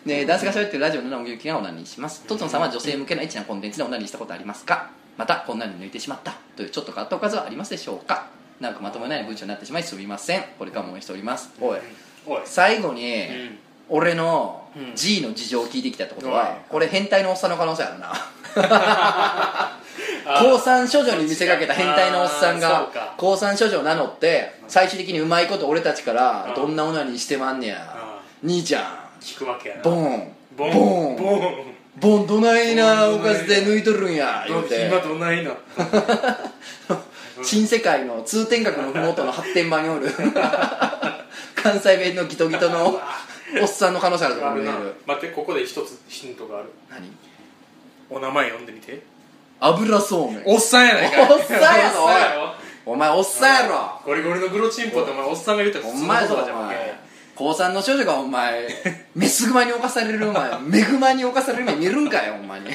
ね、男性が喋ってるラジオのような音源を聞きながらオナニーしますとつのさんは女性向けのエッチなコンテンツでオナニーしたことありますかまたこんなに抜いてしまったというちょっと変わったおかずはありますでしょうかなんかまともない文章になってしまいすみませんこれからも応援しておりますおい
おい
最後に、
ん
俺の
うん
G の事情を聞いてきたってこと
おい
は、これ変態のおっさんの可能性あるな
あ
高3処女に見せかけた変態のおっさん
あーそう
が
か
高3処女を名乗って最終的にうまいこと俺たちからどんなオナニーしてまんねや
あ
兄ちゃん
聞くわけやな
ボン
ボン
ボン
ボン
ボンどないなおかずで抜いとるんや言うて
今どないな
新世界の通天閣の麓の発展場におる 関西弁のギトギトの おっさんの可能性あると
あ
思
るな
う
待ってここで一つヒントがある
何
お名前読んでみて
油そうめん
おっさんやないかい
おっさんやろ
おっさん
お前おっさんやろ
ゴリゴリのグロチンポってお前おっさんが言ったら
お
普通の
前
こ
ぞ
とだじゃ
お
ん
前高三の少女がお 前メスグマに侵されるお前メグマに侵される目見るんかよほんまに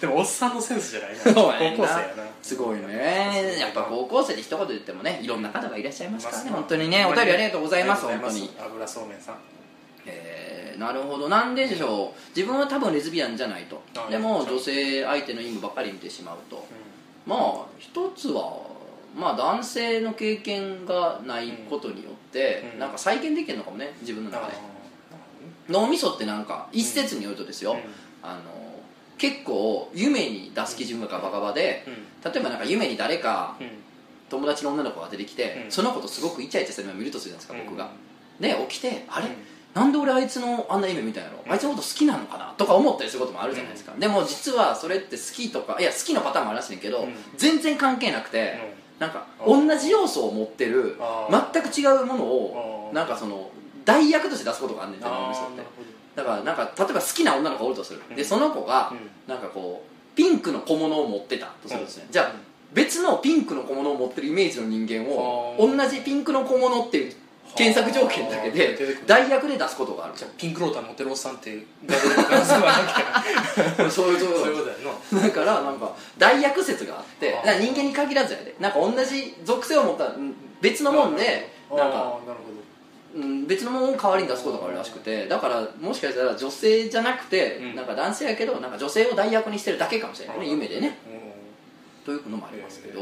でもおっさんのセンスじゃないな 高校
お前
生やな
すごいねやっぱ高校生で一言言ってもねいろんな方がいらっしゃいますからね
まあ
本当にねお便りありがとうございます
あり
本
がとうござ
当
い
に
油そうめんさん
えーなるほどなんででしょう自分は多分レズビアンじゃないと
あ
でも
そうそう
女性相手の意味ばっかり見てしまうとまあ一つはまあ男性の経験がないことによって、
うん
なんか再現できてるのかもね自分の
あ
中で脳みそってなんか一説によるとですよ、
うん
あの結構夢に出す基準がガバガバで
ーうん
例えばなんか夢に誰か
うん
友達の女の子が出てきて、
うん
その子とすごくイチャイチャする夢を見るとするじゃないですか僕が、で起きてあ
あ
れ、なんで俺あいつのあんな夢みたいなの、あいつのこと好きなのかなとか思ったりすることもあるじゃないですか、でも実はそれって好きとかいや好きのパターンもあるらしいねんけど、
うん
全然関係なくて、なんか
あ
同じ要素を持ってる
あー
全く違うものを
あー
なんかその代役として出すことがあんねんて脳みそ
あー
って
なるほど
だからなんか例えば好きな女の子がおるとする、
うん
でその子が
うん
なんかこうピンクの小物を持ってたとするんですね、じゃ
う
あ
ん
別のピンクの小物を持ってるイメージの人間を
あー
同じピンクの小物っていう検索条件だ
は
け
あ出て
で
くる
代役で出すことがある
じゃあピンクローター持ってるおっさんってガブリの可能性はあるけど
そういうそう
そういう
い
うこ
こ
ととやんな
だからなんか代役説があって
あー
なんか人間に限らずやでなんか同じ属性を持ったうん別のもんで
あー
なんか、
なるほ
うん、別のもんを代わりに出すことがあるらしくてだからもしかしたら女性じゃなくて、
うん
なんか男性やけどなんか女性を代役にしてるだけかもしれない
ど
ね夢でね
うん
というのもありますけど、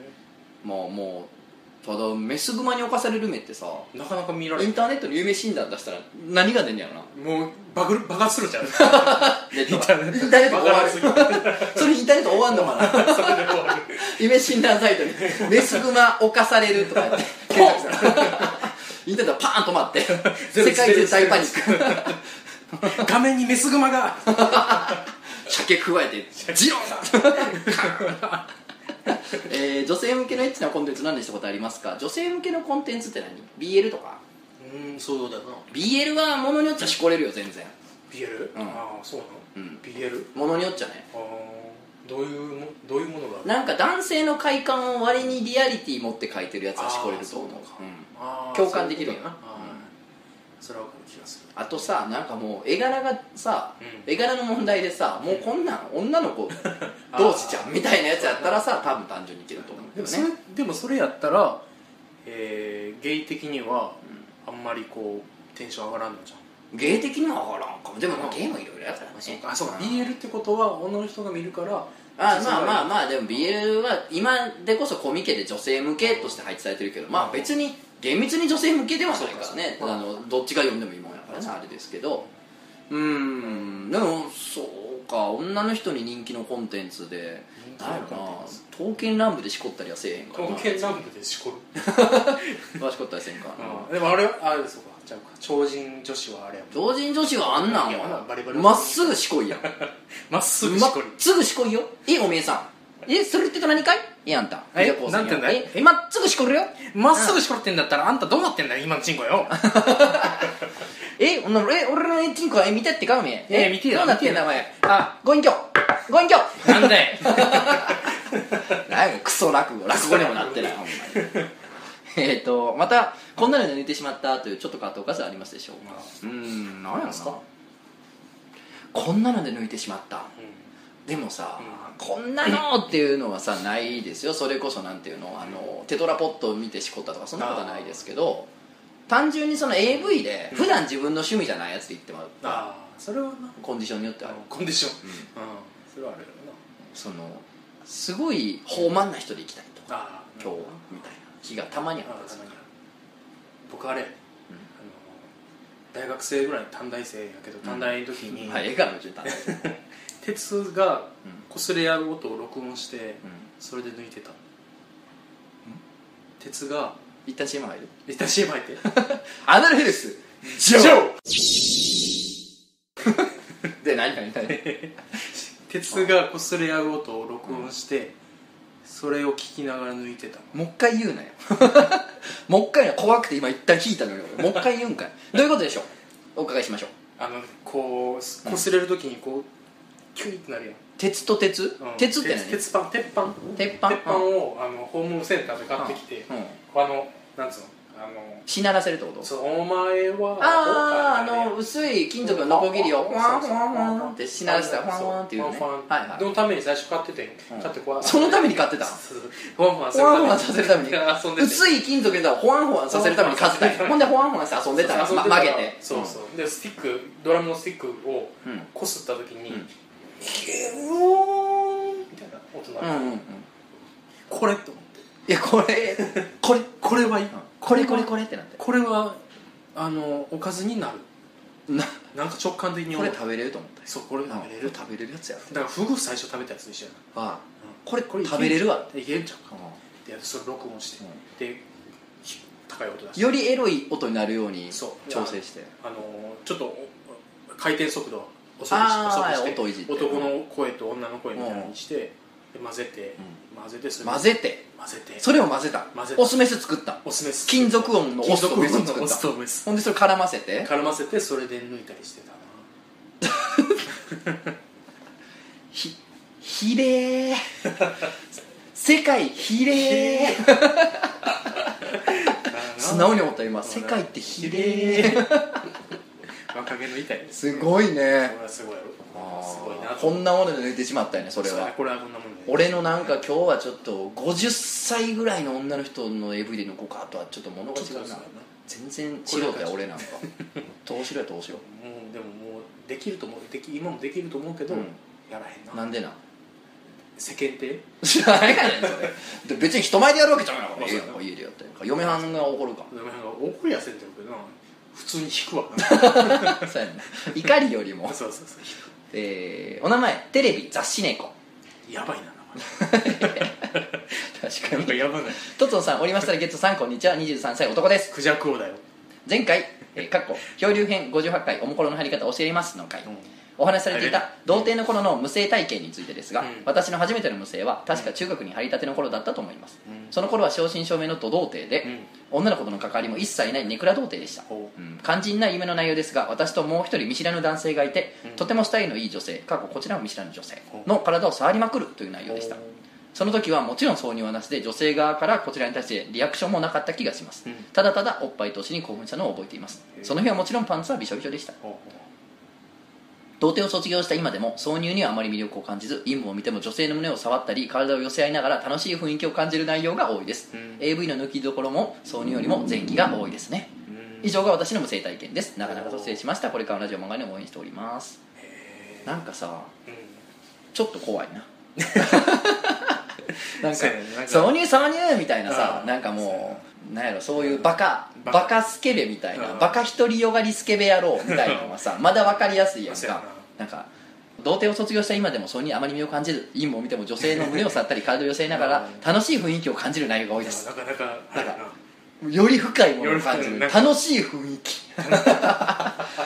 えー
まあもうただメスグマに侵される目ってさ
なかなか見られ
イ
ない
ンターネットに有名診断出したら何が出んねやろな
もうバグる爆発す るじゃんそ
イン
ターネット
インターネット
バ
終わ
カら
る
しす
それインターネット終わんのかな
れで終わる
夢診断サイトに「メスグマ犯される」とかやって検索したらインターネットパーン止まって
全部
世界中大パニック
画面にメスグマが
鮭加えてジロー、えー、女性向けのエッチなコンテンツ何にしたことありますか女性向けのコンテンツって何 ?BL とか
うんそうだな
BL はものによっちゃしこれるよ全然
BL、
うん
ああそうなの、
うん
BL
ものによっちゃね
ああどういうもどういうものがある
なんか男性の快感を割にリアリティ持って書いてるやつはしこれると思う
あーそうか
うん
あー
共感できるよ
そういうこと
うん
あーそれはわかる気がする
あとさなんかもう絵柄がさ、
うん
絵柄の問題でさもうこんなん女の 子同士じゃんみたいなやつやったらさ多分単純にいけると思うけ
でも
ど
そ
ね
れでもそれやったら、えー、ゲイ的にはあんまりこうテンション上がらんのじゃん
芸的には分からんかもでもまあゲームいろいろやったらね
そうかあそうか BL ってことは女の人が見るから
あまあまあまあでも BL は今でこそコミケで女性向けとして配置されてるけどまあ別に厳密に女性向けではないからね
そうかそうか
あのどっちが読んでもいいもんやからねあれですけどうーんでもそうか女の人に人気のコンテンツで
人気
何
の
やろな
コンテンツ
刀剣乱舞でしこったりはせえへんからな
刀剣乱舞でしこる
はしこったりせんからな
あーでもあれあれそうかじゃあ超人女子はあれやもん
常人女子はあんなん
いやあんな
は
んバリバリ
まっすぐしこいやん
まっ すぐ
ま
し
っ
こり、
すぐしこいよえおめえさんえそれって何かいえあんた
え
じゃあこうせよ
なんてんだい
えまっすぐしこるよ
まっすぐしこってんだったらあんたどうなってんだよ今のチンコよ
え、おなえ俺のエッチンコはえ見てってかおめえ。
え見てよ
どうなってんだお前。あ、ご隠居ご隠居
なんだよ
なんやクソ落語。落語にもなってない、ほんまに。 えっと、また、こんなので寝てしまったという、ちょっと変わったおかずはありますでしょうか。うーん、なんやろな
すか
こんなので抜いてしまった。でもさ、こんなのっていうのはさないですよそれこそなんていうのあのテトラポットを見てしこったとかそんなことはないですけど単純にその AV で普段自分の趣味じゃないやつで言ってもらう
ああそれはな
コンディションによってはある
コンディション
う
う
ん
んそれはあるよ
そのすごい豊満な人で行きたいと
な
か
あ
今日みたいな日がたまにあったんですよ
僕あれ、あの大学生ぐらい短大生やけど短大の時に、
はい映画の順番
鉄が
うん
擦れ合う音を録音して
うん
それで抜いてた、鉄が
一旦 CM 入る
いた CM 入って
アナルヘルス ジョーで何かみたいな
鉄が擦れ合う音を録音して、それを聞きながら抜いてた
もう一回言うなよ もう一回言うな怖くて今一旦聞いたのよもう一回言うんかいどういうことでしょうお伺いしましょう
あのこう擦れる時にこうキュイってなるやん
鉄と鉄、
うん
鉄って何
鉄鉄板鉄板
鉄板
鉄板をあの訪問センターで買ってきて、
うんうん
あのなんつうのあの
しならせるってこと
そうお前は
ああ
お金
あの薄い金属のノコギリ
そ
をフ
う
ワンフワンフワンってしならせたらフワンフワンっていうね
フワンフ
は
ワン
いは
のために最初買ってて、
うん
買ってこう
いそのために買ってた
そうそうそうフワンフワン
フワンフワンさせるため に
遊んでて
薄い金属でホワンホワンさせるために買ってたんやほんでホワンホワンして遊んでたら
そうそう
ま
遊んでた
曲げ
ら
て
そうそうでスティックドラムのスティックを
うん
こすった時に
うん
「ヒューン!」みたいな音
うんう
が
んうんうん
これと思って
いやこれこれ
これはいい
これこれこれってなって
これはあのおかずになる
な
なんか直感的に
こ
思
れ
う
食べれると思ったよ
そうこれ食べれる
うん食べれるやつやろ
だからフグ最初食べたやつと一緒やな
あ
これこれ
食べれるわ
いけるんちゃうか
あ
でそれ録音して、
うん
でひ高い音出して
よりエロい音になるように
そう
調整して
あのーちょっとお回転速度を遅くし
あー
遅くして
音をいじって
男の声と女の声みたいなのにして、で混ぜて、混ぜてそれ
混ぜて
混ぜて
それを混ぜた
混ぜた
オスメス作った
オスメス
金属音のオ
金
スと
属
メ
音
ス
の
を作
オ
っ
ス
た
とメス
ほんでそれ絡ませて
絡ませてそれで抜いたりしてたな
ひひれー世界ひれー 素直に思った今世界ってひれー
若気の痛いです
すごいね
これはすごいやろすごいな
こんなもので抜いてしまったよねそれ
そうや
は
これはこんなもんね
俺のなんか今日はちょっと50歳ぐらいの女の人の AV で抜こうかとはちょっと物が違うな
ちょっとそうやな
全然素人や 俺なんかどうしろやどうしろ
もうでももうできると思うでき今もできると思うけど、
うん
やらへんな
なんでな
世間体
知らないやねんそれで別に人前でやるわけじゃないから
まあそうやな
家でやってるから嫁はんが怒るか
でもなんか怒りやせんじゃんけどな普通に引くわ
ら そうやんな怒りよりも、
そうそうそう引
えー、お名前テレビ雑誌猫
くやばいな名
確か
前なんか
に
やばない
とつのさんおりましたらゲットさんこんにちは23歳男です
クジャク王だよ
前回、えー、かっこ漂流編58回おもころの入り方教えますの回、お話しされてい
は
た童貞の頃の無性体験についてですが、
うん
私の初めての無性は確か中学に入りたての頃だったと思います、
うん
その頃は正真正銘の土童貞で、
うん
女の子との関わりも一切ないネクラ童貞でした、
ほう
うん肝心な夢の内容ですが私ともう一人見知らぬ男性がいて、とてもスタイルのいい女性過去こちらも見知らぬ女性
ほう
の体を触りまくるという内容でした
ほう
その時はもちろん挿入はなしで女性側からこちらに対してリアクションもなかった気がします、
うん
ただただおっぱいとしに興奮したのを覚えています
へえ
その日はもちろんパンツはびしょびしょでした
ほ
童貞を卒業した今でも挿入にはあまり魅力を感じず陰部を見ても女性の胸を触ったり体を寄せ合いながら楽しい雰囲気を感じる内容が多いです、
うん
AV の抜きどころも挿入よりも前期が多いですね
ううん
以上が私の無性体験ですなかなかと失礼しましたこれからのラジオ漫画に応援しております
へ
なんかさ
ーうん
ちょっと 怖いななんか
そうやねなんか
挿入挿入みたいなさ
うん
なんか
そうや
もうなんやろそういうバカ
バカ
バカスケベみたいな
うん
バカ独りよがりスケベ野郎みたいなのはさまだ分かりやすいやん
そうや
かなんか童貞を卒業した今でも挿入にあまり身を感じず陰も見ても女性の胸を触ったり体を寄せながら楽しい雰囲気を感じる内容が多いで
な
す
なかなかあれやな
より深いものを感じ
より深いな
る
んか
楽しい雰囲 気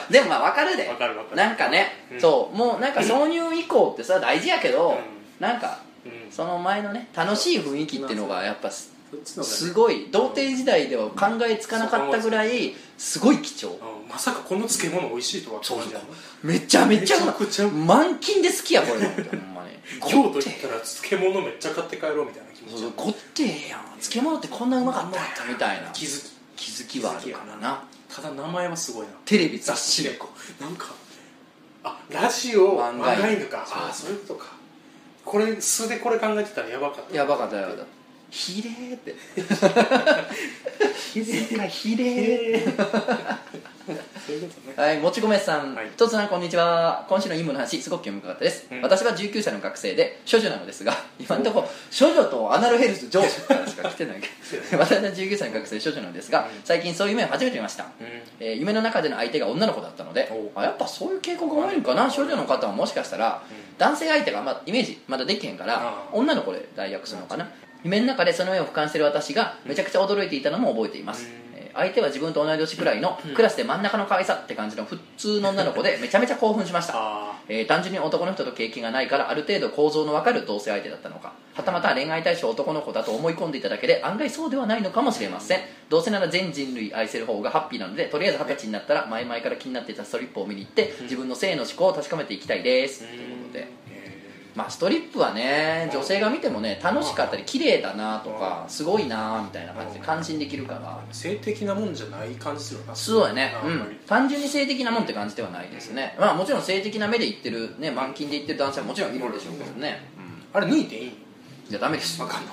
でもまあ分かるで
わかるわかる
なんかね、
うん
そうもうなんか挿入以降ってさ大事やけど、
う
なんか
うん
その前のね楽しい雰囲気っていうのがやっぱす
そっちの方がね
すごい童貞時代では考えつかなかったぐらいすごい貴重
うんまさかこの漬物美味しいとは
そう
感じやな
めちゃめちゃうまい
めちゃくちゃうま
満金で好きやこれなんてほんまに
京都行ったら漬物めっちゃ買って帰ろうみたいな気持
そう
ち
そうごってええやん漬物ってこんなうまかったんやみたいな
気づき
気づきはあるからな
ただ名前はすごいな
テレビ雑誌で
猫なんかあラジオ
漫
漫
画
画
犬
犬かああそういうことかこれ素でこれ考えてたらやばかった
やばかったやばかったひれーって 気づいたひれーって
へえそういうことね
はい、もち米さん、
はい
とつなこんにちは今週の任務の話すごく興味深かったです、
うん
私は19歳の学生で処女な のですが今のところ処女とアナルヘルス上司って話しか 来てないけど私は19歳の学生で処女なのですが、
うん
最近そういう夢を初めて見ました、
う
えー夢の中での相手が女の子だったので
おう
あやっぱそういう傾向が多いのかな処女の方はもしかしたら、
うん
男性相手が、まあ、イメージまだできへんから
あー
女の子で代役するのかな夢の中でその絵を俯瞰してる私がめちゃくちゃ驚いていたのも覚えています、
うん
えー相手は自分と同い年くらいのクラスで真ん中の可愛さって感じの普通の女の子でめちゃめちゃ興奮しました、
あ
えー単純に男の人と経験がないからある程度構造のわかる同性相手だったのかはたまた恋愛対象を男の子だと思い込んでいただけで案外そうではないのかもしれませんどうせなら全人類愛せる方がハッピーなのでとりあえず二十歳になったら前々から気になっていたストリップを見に行って自分の性の思考を確かめていきたいです
ー
と
うん
いうことで
へ
まあ、ストリップはね女性が見てもね楽しかったり綺麗だなとかすごいなみたいな感じで感心できるから
ー性的なもんじゃない感じするな
そうやね、
あ
うんん
まり
単純に性的なもんって感じではないですね、まあもちろん性的な目で言ってるね満勤で言ってる男性はもちろんいるんでしょうけどね、
あれ抜いていいの
じゃダメです
あかんの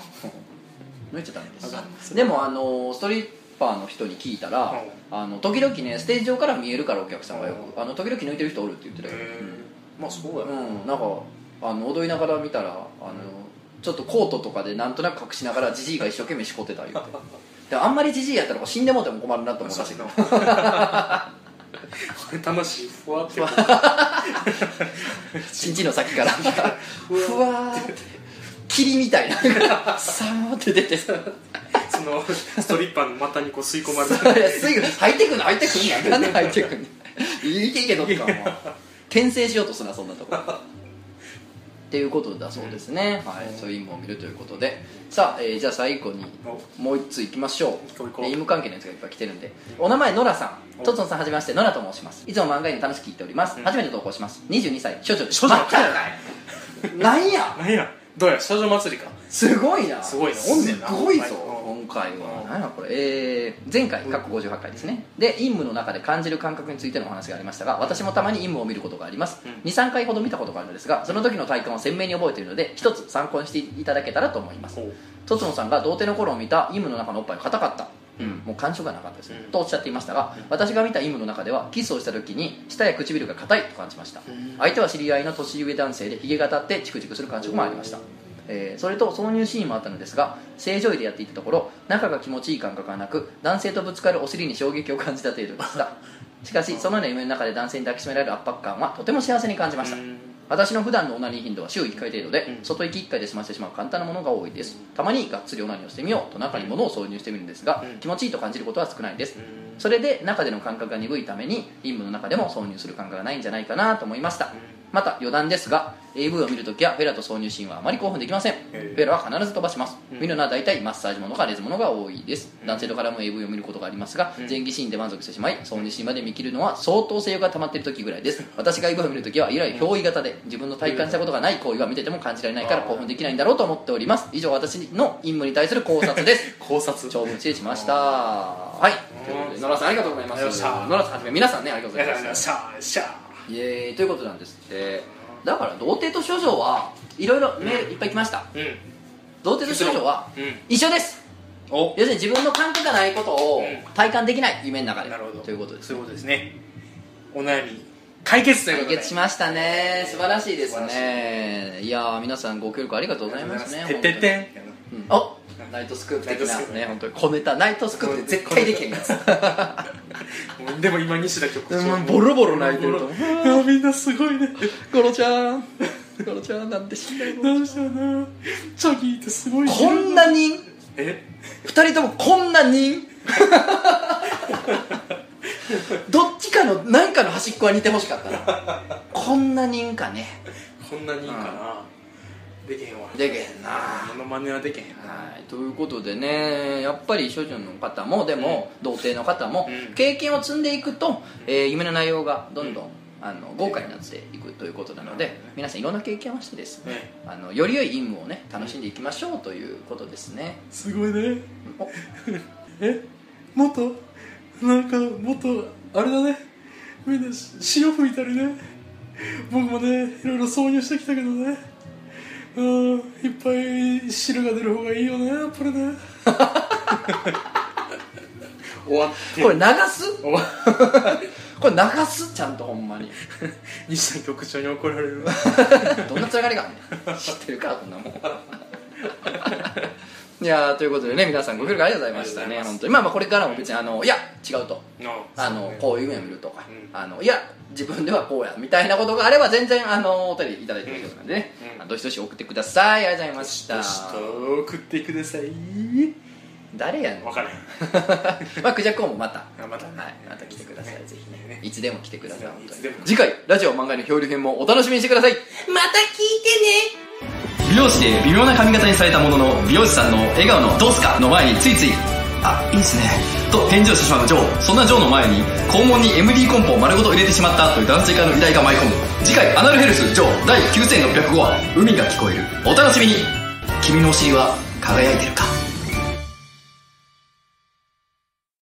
抜いちゃダメです
あかんの
でもあのストリッパーの人に聞いたら、あの時々ねステージ上から見えるからお客さんがよく、
うん
あの時々抜いてる人おるって言ってたよ、
へ
うん
ーまあそうやな
うん、なんかあの踊りながら見たらあのちょっとコートとかでなんとなく隠しながらじじいが一生懸命しこってた言うて であんまりじじいやったらこう死んでもうても困るなと思ったし
そうこれ楽しいふわって
ちんちんの先 からふわーって霧み たいなさーって出てさ
そのストリッパーの股にこう吸い込まれ て
それすぐ入ってくんの入ってくんのなんで入ってくんのいけいけどっかもう転生しようとすなそんなとこっていうことだそうですね、はい、そういう夢を見るということでさあ、えーじゃあ最後にもう一ついきましょ
こういう
う
こう
ねイム関係のやつがいっぱい来てるんでお名前ノラさん
お
とつのさんはじめましてノラと申しますいつも漫画に楽しく聞いております、
うん
初めて投稿します22歳処女です
処女
またかいなんや
なんやどうや少女祭りか
すごいな
すごいなおんねんな
すごいぞ
う
今回は
うん
何やこれえー前回過去58回ですねで陰夢の中で感じる感覚についてのお話がありましたが私もたまに陰夢を見ることがあります
うん
23回ほど見たことがあるのですがその時の体感を鮮明に覚えているので一つ参考にしていただけたらと思います
う
とつのさんが童貞の頃を見た陰夢の中のおっぱいが硬かった
うん
もう感触がなかったですね、
うん
とおっしゃっていましたが
うん
私が見た陰夢の中ではキスをした時に舌や唇が硬いと感じました
うん
相手は知り合いの年上男性でひげが立ってチクチクする感触もありましたえーそれと挿入シーンもあったのですが正常位でやっていたところ中が気持ちいい感覚はなく男性とぶつかるお尻に衝撃を感じた程度でしたしかしそのような夢の中で男性に抱きしめられる圧迫感はとても幸せに感じました私の普段のオナニー頻度は週1回程度で、
うん
外行き1回で済ませてしまう簡単なものが多いですたまにがっつりオナニーをしてみようと中に物を挿入してみるんですが、
うん
気持ちいいと感じることは少ないです
うん
それで中での感覚が鈍いために陰部の中でも挿入する感覚がないんじゃないかなと思いましたまた余談ですが AV を見るときはフェラと挿入シーンはあまり興奮できません、
ええ
フェラは必ず飛ばします、
うん
見るのは大体マッサージものかレズものが多いです、
うん
男性と絡む AV を見ることがありますが、
うん
前期シーンで満足してしまい挿入シーンまで見切るのは相当性欲が溜まっている時ぐらいです私が AV を見るときは以来憑依型で自分の体感したことがない行為は見てても感じられないから
あー
興奮できないんだろうと思っております以上私の陰部に対する考察です
考察
長文失礼しましたはいということで野良さんありがとうございます
ありがとうございました
野良さんはじめ皆さんねありがとうございます
さあしゃ
イエーイということなんですってだから童貞と処女はいろいろメールいっぱい来ました
うん
童貞と処女は
うん
一緒です
お
要するに自分の感覚がないことを
うん
体感できない夢の中で
なるほど
ということです
そういうことですねお悩み解決という
解
ことで
決しましたね素晴らしいです
素
ねいやー皆さんご協力ありがとうございますね
てってってん
本当にうんおナイトスクープ
ナイ
的
トスク
な
ープ
ね本当に小ネタナイトスクープって絶対できへんやつ
もうでも今西田局長
うんボロボロ泣いてると思う
思うみんなすごいね
ゴロちゃんゴロちゃんなんて死んだよ
何したなチャギーってすごいね
こんなに
え
二人とも こんなにどっちかの何かの端っこは似てほしかったなこんな人かね
こんなにいいかなでけへんわ
でけへんな
モノマネはでけへん
はいということでねやっぱり処女の方もでも、童貞の方も、
うん
経験を積んでいくと、えー夢の内容がどんどん、あの豪華になっていくということなので、
なるほどね
皆さんいろんな経験をしてですね、
ね
あのより良い任務をね楽しんでいきましょうということですね、
すごいね
お
えもっとなんかもっとあれだねみんなし潮吹いたりね僕もねいろいろ挿入してきたけどねうんいっぱい汁が出る方がいいよねやっぱりね終わっ
これ流す
終わ
これ流すちゃんとほんまに
西谷局長に怒られる
どんなつながりがあんねん知ってるかこんなもん いやーということでね皆さんご協力ありがとうございました
あり
ね
がとうございます
本当にまあまあこれからも別にあのいや違うとあのこういう夢を見るとか、
うん
あのいや自分ではこうやみたいなことがあれば全然あのお便りいただいて大丈夫なんでね、
うんうん
あのどしどし送ってくださいありがとうございました
送ってください
誰やねん
分からへん
まあクジャク王もまた
あまた
はい、また来てくださいぜひね
ね
いつでも来てください
いつでも
次回ラジオ漫画の漂流編もお楽しみにしてくださいまた聞いてね
美容師で微妙な髪型にされたものの美容師さんの笑顔の「どうすか?」の前についつい「あいいっすね」と返事をしてしまうジョーそんなジョーの前に肛門に MD コンポを丸ごと入れてしまったという男性からの依頼が舞い込む次回「アナルヘルスジョー第9605話海が聞こえる」お楽しみに君のお尻は輝いてるか